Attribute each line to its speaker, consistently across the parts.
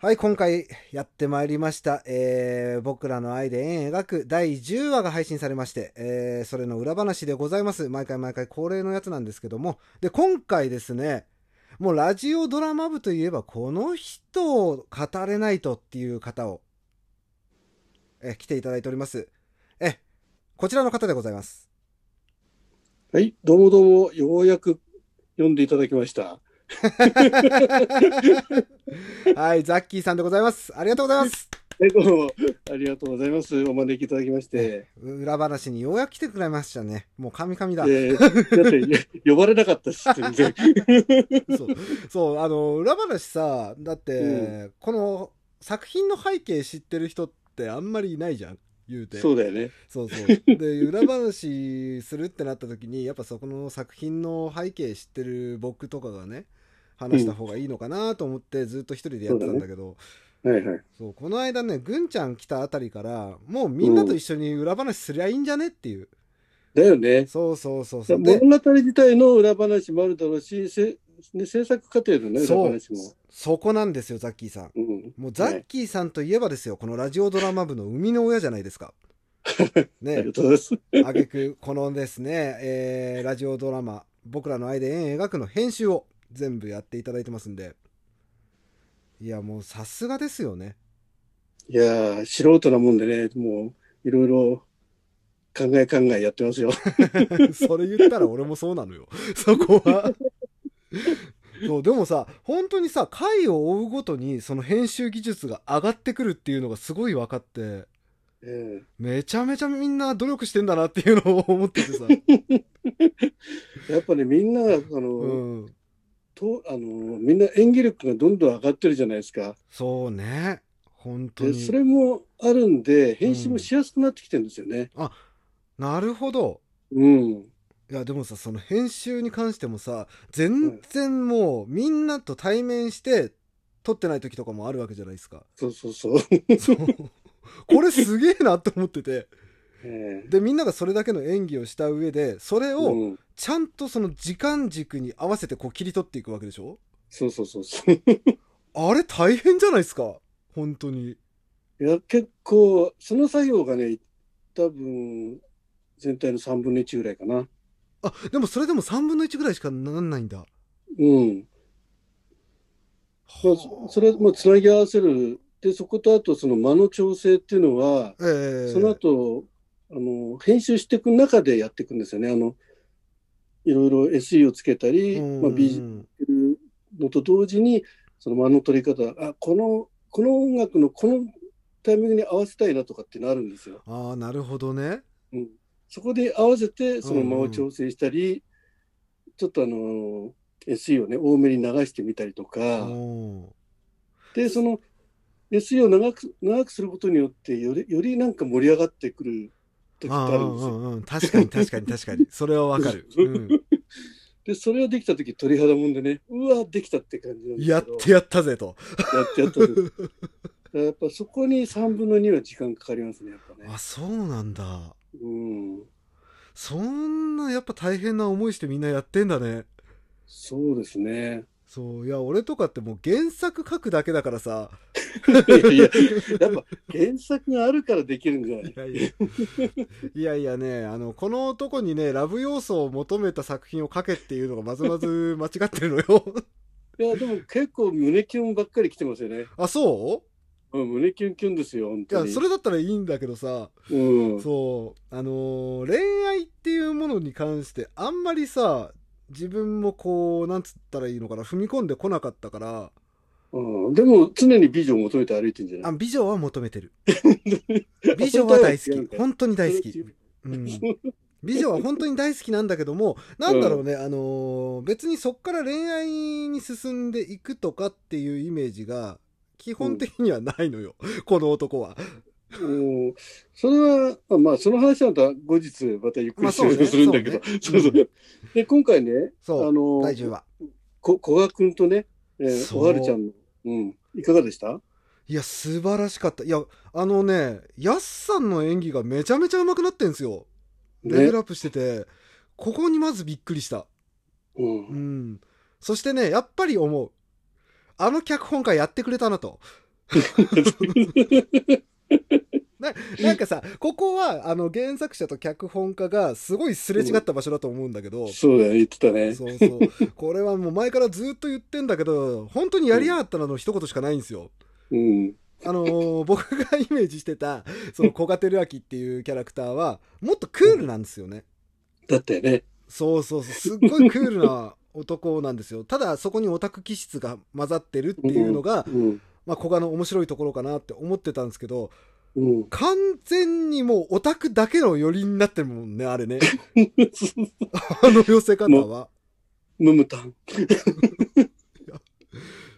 Speaker 1: はい、今回やってまいりました。えー、僕らの愛で円描く第10話が配信されまして、えー、それの裏話でございます。毎回毎回恒例のやつなんですけども。で、今回ですね、もうラジオドラマ部といえばこの人を語れないとっていう方を、えー来ていただいております。え、こちらの方でございます。
Speaker 2: はい、どうもどうも、ようやく読んでいただきました。
Speaker 1: はい、ザッキーさんでございます。ありがとうございます。
Speaker 2: えどうも、ありがとうございます。お招きいただきまして。
Speaker 1: 裏話にようやく来てくれましたね。もう神々だ。
Speaker 2: えー、だって、呼ばれなかったし、全然。
Speaker 1: そう、そう、あの、裏話さ、だって、
Speaker 2: う
Speaker 1: この作品の背景知ってる人ってあんまりいないじゃん、言うて。
Speaker 2: そうだよね。
Speaker 1: そうそう。で、裏話するってなった時に、やっぱそこの作品の背景知ってる僕とかがね、話した方がいいのかなと思って、ずっと一人でやってたんだけど、
Speaker 2: はいはい。
Speaker 1: そう、この間ね、ぐんちゃん来たあたりから、もうみんなと一緒に裏話すりゃいいんじゃねっていう。
Speaker 2: だよね。
Speaker 1: そうそうそうそう。で、
Speaker 2: 物語自体の裏話もあるだろうし、せね、制作過程のね、裏
Speaker 1: そう
Speaker 2: 話も。、
Speaker 1: そこなんですよ、ザッキーさん。
Speaker 2: うん、
Speaker 1: もうザッキーさんといえばですよ、このラジオドラマ部の生みの親じゃないですか。
Speaker 2: あり
Speaker 1: ね
Speaker 2: が、とうござい
Speaker 1: あげく、このですね、えーラジオドラマ、僕らの愛で円描くの編集を全部やっていただいてますんで。いや、もうさすがですよね。
Speaker 2: ます。いやー、素人なもんでね、もう、いろいろ考え考えやってますよ。
Speaker 1: それ言ったら俺もそうなのよ。そこは。そう、でもさ、本当にさ、回を追うごとに、その編集技術が上がってくるっていうのがすごい分かって。
Speaker 2: うん
Speaker 1: めちゃめちゃみんな努力してんだなっていうのを思っててさ。
Speaker 2: やっぱね、みんなが、あの、
Speaker 1: うん。
Speaker 2: とあのみんな演技力がどんどん上がってるじゃないですか。
Speaker 1: そうね。本当
Speaker 2: で
Speaker 1: に
Speaker 2: そ。れもあるんで、編集もしやすくなってきてるんですよね。
Speaker 1: なるほど。
Speaker 2: うん。
Speaker 1: いや、でもさ、その編集に関してもさ、全然もう、みんなと対面して、撮ってない時とかもあるわけじゃないです か。
Speaker 2: そうそうそう。
Speaker 1: そう。これすげえなと思ってて。
Speaker 2: ええ
Speaker 1: で、みんながそれだけの演技をした上で、それを、
Speaker 2: うん、
Speaker 1: ちゃんとその時間軸に合わせてこう切り取っていくわけでしょ
Speaker 2: そうそうそうそう。い
Speaker 1: あれ大変じゃないですか。本当に。
Speaker 2: や、結構、その作業がね、多分、全体の3分の1ぐらいかな。
Speaker 1: あ、でもそれでも3分の1ぐらいしかなんないんだ。
Speaker 2: うん。まあ、そそれもつなぎ合わせる。で、そことあと、その間の調整っていうのは、
Speaker 1: ええ
Speaker 2: その後、あの、編集していく中でやっていくんですよね。あの、いろいろ SE をつけたり、
Speaker 1: うん
Speaker 2: まあ、BG ってるのと同時に、その間の取り方、あ、この、この音楽のこのタイミングに合わせたいなとかっていうのあるんですよ。
Speaker 1: ああ、なるほどね。
Speaker 2: うん、そこで合わせて、その間を調整したり、ちょっとあの、SE をね、多めに流してみたりと
Speaker 1: お
Speaker 2: か、
Speaker 1: お
Speaker 2: で、その SE を長く、長くすることによって、より、よりなんか盛り上がってくる時ってあるんですよ。
Speaker 1: ー。確かに確かに確かに。それはわか る。うん
Speaker 2: で、それができた時鳥肌もんでね、うわ、できたって感じなんですけど。
Speaker 1: やってやったぜと。
Speaker 2: やってやったんです だからやっぱそこに3分の2は時間かかりますね、やっぱね
Speaker 1: あ、。そうなんだ。
Speaker 2: うん。
Speaker 1: そんなやっぱ大変な思いしてみんなやってんだね。
Speaker 2: そうで すね。
Speaker 1: そう、いや、俺とかってもう原作書くだけだからさ。
Speaker 2: いやいや、やっぱ原作があるからできるんじゃない
Speaker 1: いやい や。いやいやね、あの、この男にね、ラブ要素を求めた作品を書けっていうのがまずまず間違ってるのよ。
Speaker 2: いや、でも結構胸キュンばっかり来てますよね。
Speaker 1: あ、そう
Speaker 2: うん、胸キュンキュンですよ、本
Speaker 1: い
Speaker 2: 当
Speaker 1: や、
Speaker 2: に。
Speaker 1: それだったらいいんだけどさ。
Speaker 2: うん。
Speaker 1: そう、あのー恋愛っていうものに関して、あんまりさ、自分もこう、なんつったらいいのかな、踏み込んでこなかったから、
Speaker 2: うん、でも常に美女を求めて歩いてるんじゃな
Speaker 1: あ
Speaker 2: い
Speaker 1: 美女は求めて る。美女は大好き。本当に大好き。うん、美女は本当に大好きなんだけども、なんだろうね、あのー別にそっから恋愛に進んでいくとかっていうイメージが、基本的にはないのよ、この男は。
Speaker 2: うん、それは、まあまあ、その話はまた後日またゆっく
Speaker 1: まあ
Speaker 2: り
Speaker 1: そうね
Speaker 2: するんだけど、
Speaker 1: そうね
Speaker 2: そうそう。で、今回ね、あ
Speaker 1: そう、
Speaker 2: の、
Speaker 1: 第10話。
Speaker 2: こ古賀君とね、えー、
Speaker 1: そう
Speaker 2: おはるちゃんの、うん、いかがでした
Speaker 1: いや、素晴らしかった。いや、あのね、やっさんの演技がめちゃめちゃ上手くなってんすよ。レベ
Speaker 2: ね
Speaker 1: ル。アップしてて、ここにまずびっくりした。
Speaker 2: う、
Speaker 1: うん ん。そしてね、やっぱり思う。あの脚本家やってくれたなと。なんかさ、ここは、あの、原作者と脚本家がすごいすれ違った場所だと思うんだけど、
Speaker 2: そうだよね、言ってたね。
Speaker 1: そうそう。これはもう前からずっと言ってんだけど、本当にやりやがったなの一言しかないんですよ。
Speaker 2: うん。
Speaker 1: あのー 僕がイメージしてた、その古賀照明っていうキャラクターは、もっとクールなんですよね。
Speaker 2: だったよね。
Speaker 1: そうそうそう。すっごいクールな 男なんですよ。ただ、そこにオタク気質が混ざってるっていうのが、
Speaker 2: うん。
Speaker 1: まあ、古賀の面白いところかなって思ってたんですけど、
Speaker 2: うん。
Speaker 1: 完全にもうオタクだけの寄りになってるもんね、あれね。あの寄せ方は。
Speaker 2: ムムタン。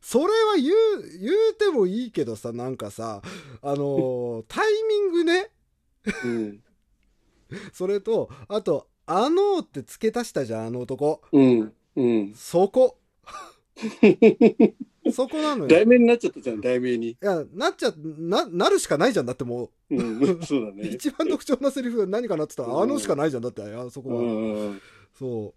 Speaker 1: それは言う、言うてもいいけどさ、なんかさ、あのータイミングね。
Speaker 2: うん。
Speaker 1: それと、あと、あのーって付け足したじゃん、あの男。
Speaker 2: うん。うん。
Speaker 1: そこ。 そこなのよ。
Speaker 2: 題
Speaker 1: い
Speaker 2: 名になっちゃったじゃん、題名に。
Speaker 1: や、なっちゃ、な、なるしかないじゃん、だっても
Speaker 2: うん。そうだ
Speaker 1: う。
Speaker 2: ね。
Speaker 1: 一番特徴なセリフが何かなって言ったら、
Speaker 2: うん
Speaker 1: あのしかないじゃん、だって、あそこ
Speaker 2: う
Speaker 1: は。
Speaker 2: ん。
Speaker 1: そ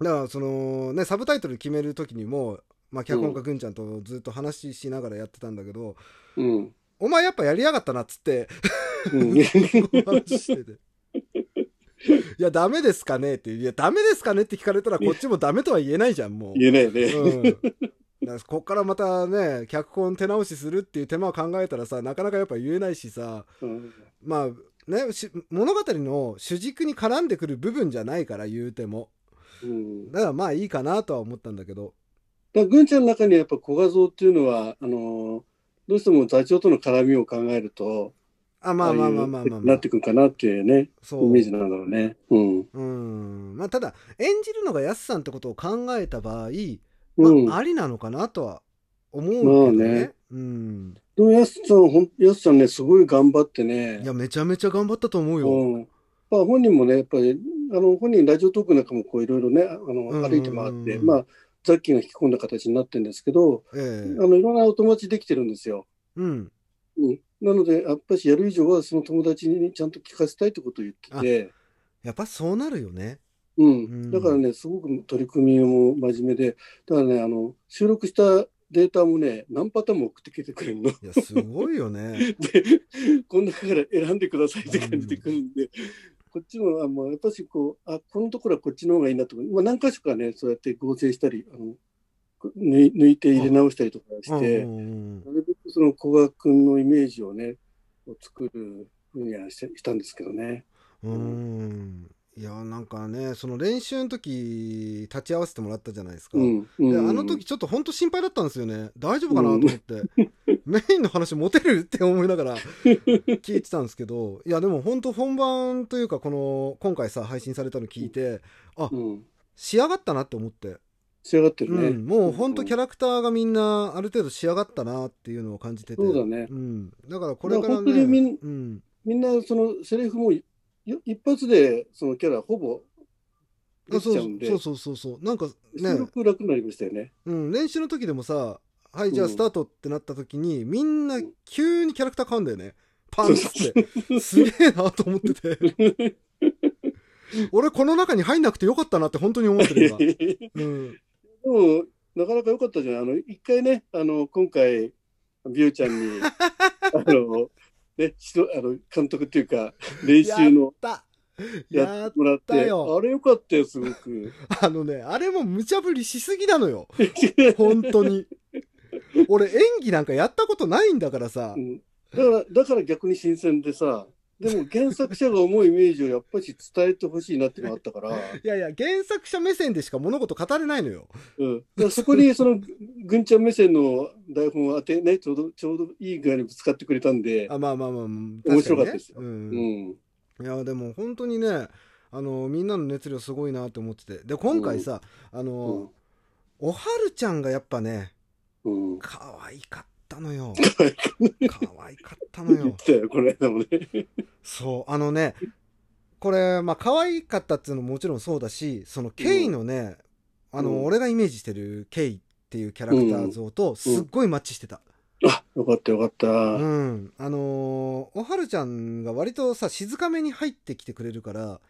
Speaker 1: う。だから、その、ね、サブタイトル決めるときにも、まあ、脚本家ぐんちゃんとずっと話ししながらやってたんだけど、
Speaker 2: うん。
Speaker 1: お前やっぱやりやがったなっつって、
Speaker 2: うん。
Speaker 1: 話してて。いや、ダメですかねって。いや、ダメですかねって聞かれたら、こっちもダメとは言えないじゃん、もう。
Speaker 2: 言えないよね。
Speaker 1: うん。だからこっからまたね、脚本手直しするっていう手間を考えたらさ、なかなかやっぱ言えないしさ、
Speaker 2: うん。
Speaker 1: まあ、ね、し物語の主軸に絡んでくる部分じゃないから、言うても。
Speaker 2: うん。だか
Speaker 1: だからまあいいかなとは思ったんだけど。
Speaker 2: ら、ぐんちゃんの中にはやっぱ小画像っていうのは、あの、どうしても座長との絡みを考えると、
Speaker 1: あ、まあまあまあまあまあ、
Speaker 2: いう
Speaker 1: ま
Speaker 2: なっ
Speaker 1: あ
Speaker 2: て。くるかなっていうね、イ
Speaker 1: そう
Speaker 2: メー。ジなんだろうね。うん。
Speaker 1: うん。まあただ、演じるのが安さんってことを考えた場合、
Speaker 2: うん
Speaker 1: まあ、。ありなのかなとは思うけどね。
Speaker 2: まあね
Speaker 1: うん。
Speaker 2: でも、やすさん、ほん、やすさんね、すごい頑張ってね。
Speaker 1: いや、めちゃめちゃ頑張ったと思うよ。
Speaker 2: うん。まあ、本人もね、やっぱり、あの、本人、ラジオトークなんかも、こう、いろいろね、あ
Speaker 1: うん
Speaker 2: の、歩いて回っ
Speaker 1: う
Speaker 2: て、
Speaker 1: ん
Speaker 2: まあ、ザッキーが引き込んだ形になってるんですけど、あ
Speaker 1: ええ
Speaker 2: の、いろんなお友達できてるんですよ。
Speaker 1: うん。
Speaker 2: うん。なので、やっぱし、やる以上は、その友達にちゃんと聞かせたいってことを言ってて、
Speaker 1: やっぱそうなるよね。
Speaker 2: うんん。だからね、すごく取り組みも真面目で、だからね、あの、収録したデータもね、何パターンも送ってきてくれるの。
Speaker 1: いや、すごいよね。
Speaker 2: で、この中から選んでくださいって感じでくるんで、こっちの、あもうやっぱしこう、あ、このところはこっちの方がいいなとか、まあ、何箇所かね、そうやって合成したり、あのこ抜い抜いて入れ直したりとかして、
Speaker 1: うんうんうん
Speaker 2: なるべくその古賀君のイメージをね、を作るふうにはしてしたんですけどね。
Speaker 1: うん。いや、なんかね、その練習の時、立ち会わせてもらったじゃないですか。
Speaker 2: うん。う
Speaker 1: で
Speaker 2: ん、
Speaker 1: あの時ちょっと本当心配だったんですよね。大丈夫かなと思って。 メインの話モテる って思いながら聞いてたんですけど、いやでも本当本番というかこの、今回さ、配信されたの聞いて、
Speaker 2: うん。
Speaker 1: 仕上がったなって思って。
Speaker 2: 仕上がってるね。
Speaker 1: うん、もう本当キャラクターがみんなある程度仕上がったなっていうのを感じてて。
Speaker 2: そうだね。
Speaker 1: うん。だからこれから
Speaker 2: まあ本当にみ
Speaker 1: ね
Speaker 2: ん、
Speaker 1: うん。
Speaker 2: みんなそのセリフもい一発でそのキャラほぼ
Speaker 1: あ
Speaker 2: で
Speaker 1: そう
Speaker 2: きちゃうんで、
Speaker 1: そうそうそうそう。なんか
Speaker 2: 収
Speaker 1: ね、
Speaker 2: 録楽になりましたよね。
Speaker 1: うん、練習の時でもさ、はい、じゃあ
Speaker 2: うん
Speaker 1: スタートってなった時に、みんな急にキャラクター変わんだよね。パンっつって。すげえなと思ってて。 俺この中に入んなくてよかったなって本当に思ってる 今。うん。
Speaker 2: でも、なかなか良かったじゃない。あの、一回ね、あの、今回、ビューちゃん に、あの、ね、しとあの監督っていうか、練習の
Speaker 1: だ
Speaker 2: や
Speaker 1: や
Speaker 2: ってもらっ、
Speaker 1: やってたよ
Speaker 2: あれ良かったよ、すごく。
Speaker 1: あのね、あれも無茶ぶりしすぎなの よ。本当に。俺演技なんかやったことないんだからさ
Speaker 2: う。んだから、だから逆に新鮮でさ、でも原作者が思うイメージをやっぱり伝えてほしいなっていうのがあったから、
Speaker 1: いやいや、原作者目線でしか物事語れないのよ。
Speaker 2: うん、だからそこにその、ぐんちゃん目線の台本を当てね、ちょうど、ちょうどいい具合にぶつかってくれたんで、
Speaker 1: あまあまあまあ、面
Speaker 2: 面白かったですよ
Speaker 1: うん
Speaker 2: うん。
Speaker 1: いやでも本当にねあのみんなの熱量すごいなって思っててで今回さ、あの、
Speaker 2: うん。
Speaker 1: おはるちゃんがやっぱね
Speaker 2: うん。
Speaker 1: 可愛かったのよ
Speaker 2: 可愛
Speaker 1: 可愛かったの
Speaker 2: 言っ
Speaker 1: よ
Speaker 2: てたよ、この間もね。
Speaker 1: そうあのねこれまあ可愛かったっていうのももちろんそうだしそのケイのね、あの、
Speaker 2: うん
Speaker 1: 俺がイメージしてるケイっていうキャラクター像とすっごいマッチしてた、
Speaker 2: あ、よかったよかった。
Speaker 1: うんあのーおはるちゃんが割とさ静かめに入ってきてくれるから、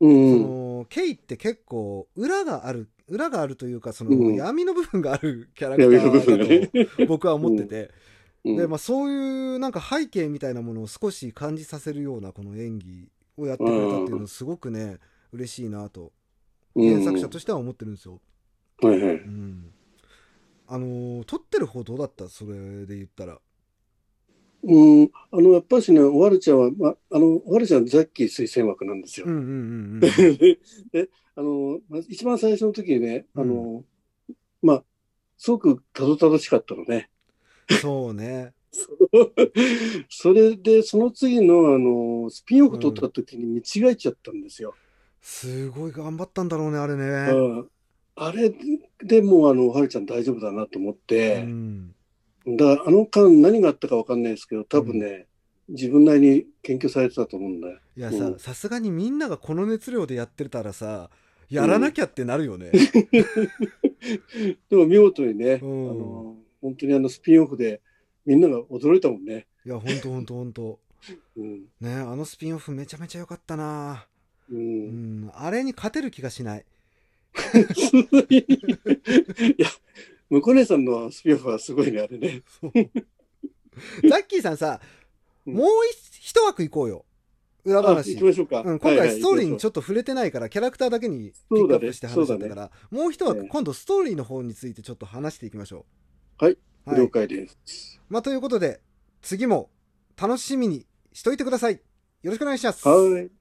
Speaker 2: う
Speaker 1: そ
Speaker 2: ん。
Speaker 1: のケイって結構裏がある裏があるというかその、
Speaker 2: うん
Speaker 1: 闇の部分があるキャラクタ
Speaker 2: 闇の部
Speaker 1: ー
Speaker 2: 分がね
Speaker 1: だと僕は思ってて、
Speaker 2: うん
Speaker 1: でまあ、そういうなんか背景みたいなものを少し感じさせるようなこの演技をやってくれたっていうのすごくね嬉しいなと
Speaker 2: うん
Speaker 1: 原作者としては思ってるんですよ。
Speaker 2: はいは
Speaker 1: う
Speaker 2: い
Speaker 1: ん、あのー撮ってる方どうだったそれで言ったら。
Speaker 2: うん、あのやっぱしね、おはるちゃんは、まあ、あのおはるちゃん、ザッキー推薦枠なんですよ
Speaker 1: うん。うんうんうん。
Speaker 2: であの、まあ一番最初の時にね、
Speaker 1: うん
Speaker 2: あの、まあ、すごくたどたどしかったのね。
Speaker 1: そうね。
Speaker 2: それで、その次の、あの、スピンオフ撮った時に見違えちゃったんですよ。
Speaker 1: すごい頑張ったんだろうねあれ
Speaker 2: う
Speaker 1: ね。
Speaker 2: んあれでもう、あの、おはるちゃん大丈夫だなと思っ
Speaker 1: う
Speaker 2: て、
Speaker 1: ん
Speaker 2: だからあの間何があったかわかんないですけど、多分ね、自分なりに研究されてたと思うんだよ。
Speaker 1: いやさ
Speaker 2: うん
Speaker 1: さすがにみんながこの熱量でやってたらさやらなきゃってなるよね。
Speaker 2: でも見事にね、
Speaker 1: うん
Speaker 2: あの本当にあのスピンオフでみんなが驚いたもんね。
Speaker 1: いやほんとほんとほんと。
Speaker 2: うん
Speaker 1: ねあのスピンオフめちゃめちゃ良かったな。
Speaker 2: う、
Speaker 1: うん んあれに勝てる気がしない。
Speaker 2: いや、向こう姉さんのスピンオフはすごいね、あれね。
Speaker 1: そうザッキーさんさ、
Speaker 2: うん
Speaker 1: もう一枠行こうよ裏
Speaker 2: あ、行
Speaker 1: 話
Speaker 2: きましょうか。
Speaker 1: うん、今
Speaker 2: はい
Speaker 1: 回
Speaker 2: は
Speaker 1: ス
Speaker 2: い
Speaker 1: トーリーにちょっと触れてないからキャラクターだけにピックアップして話しちゃったから、もう一枠、
Speaker 2: ええ
Speaker 1: 今度ストーリーの方についてちょっと話していきましょう
Speaker 2: はい、
Speaker 1: はい
Speaker 2: 了解です。
Speaker 1: まあ、ということで次も楽しみにしといてくださいよろしくお願いします
Speaker 2: はい。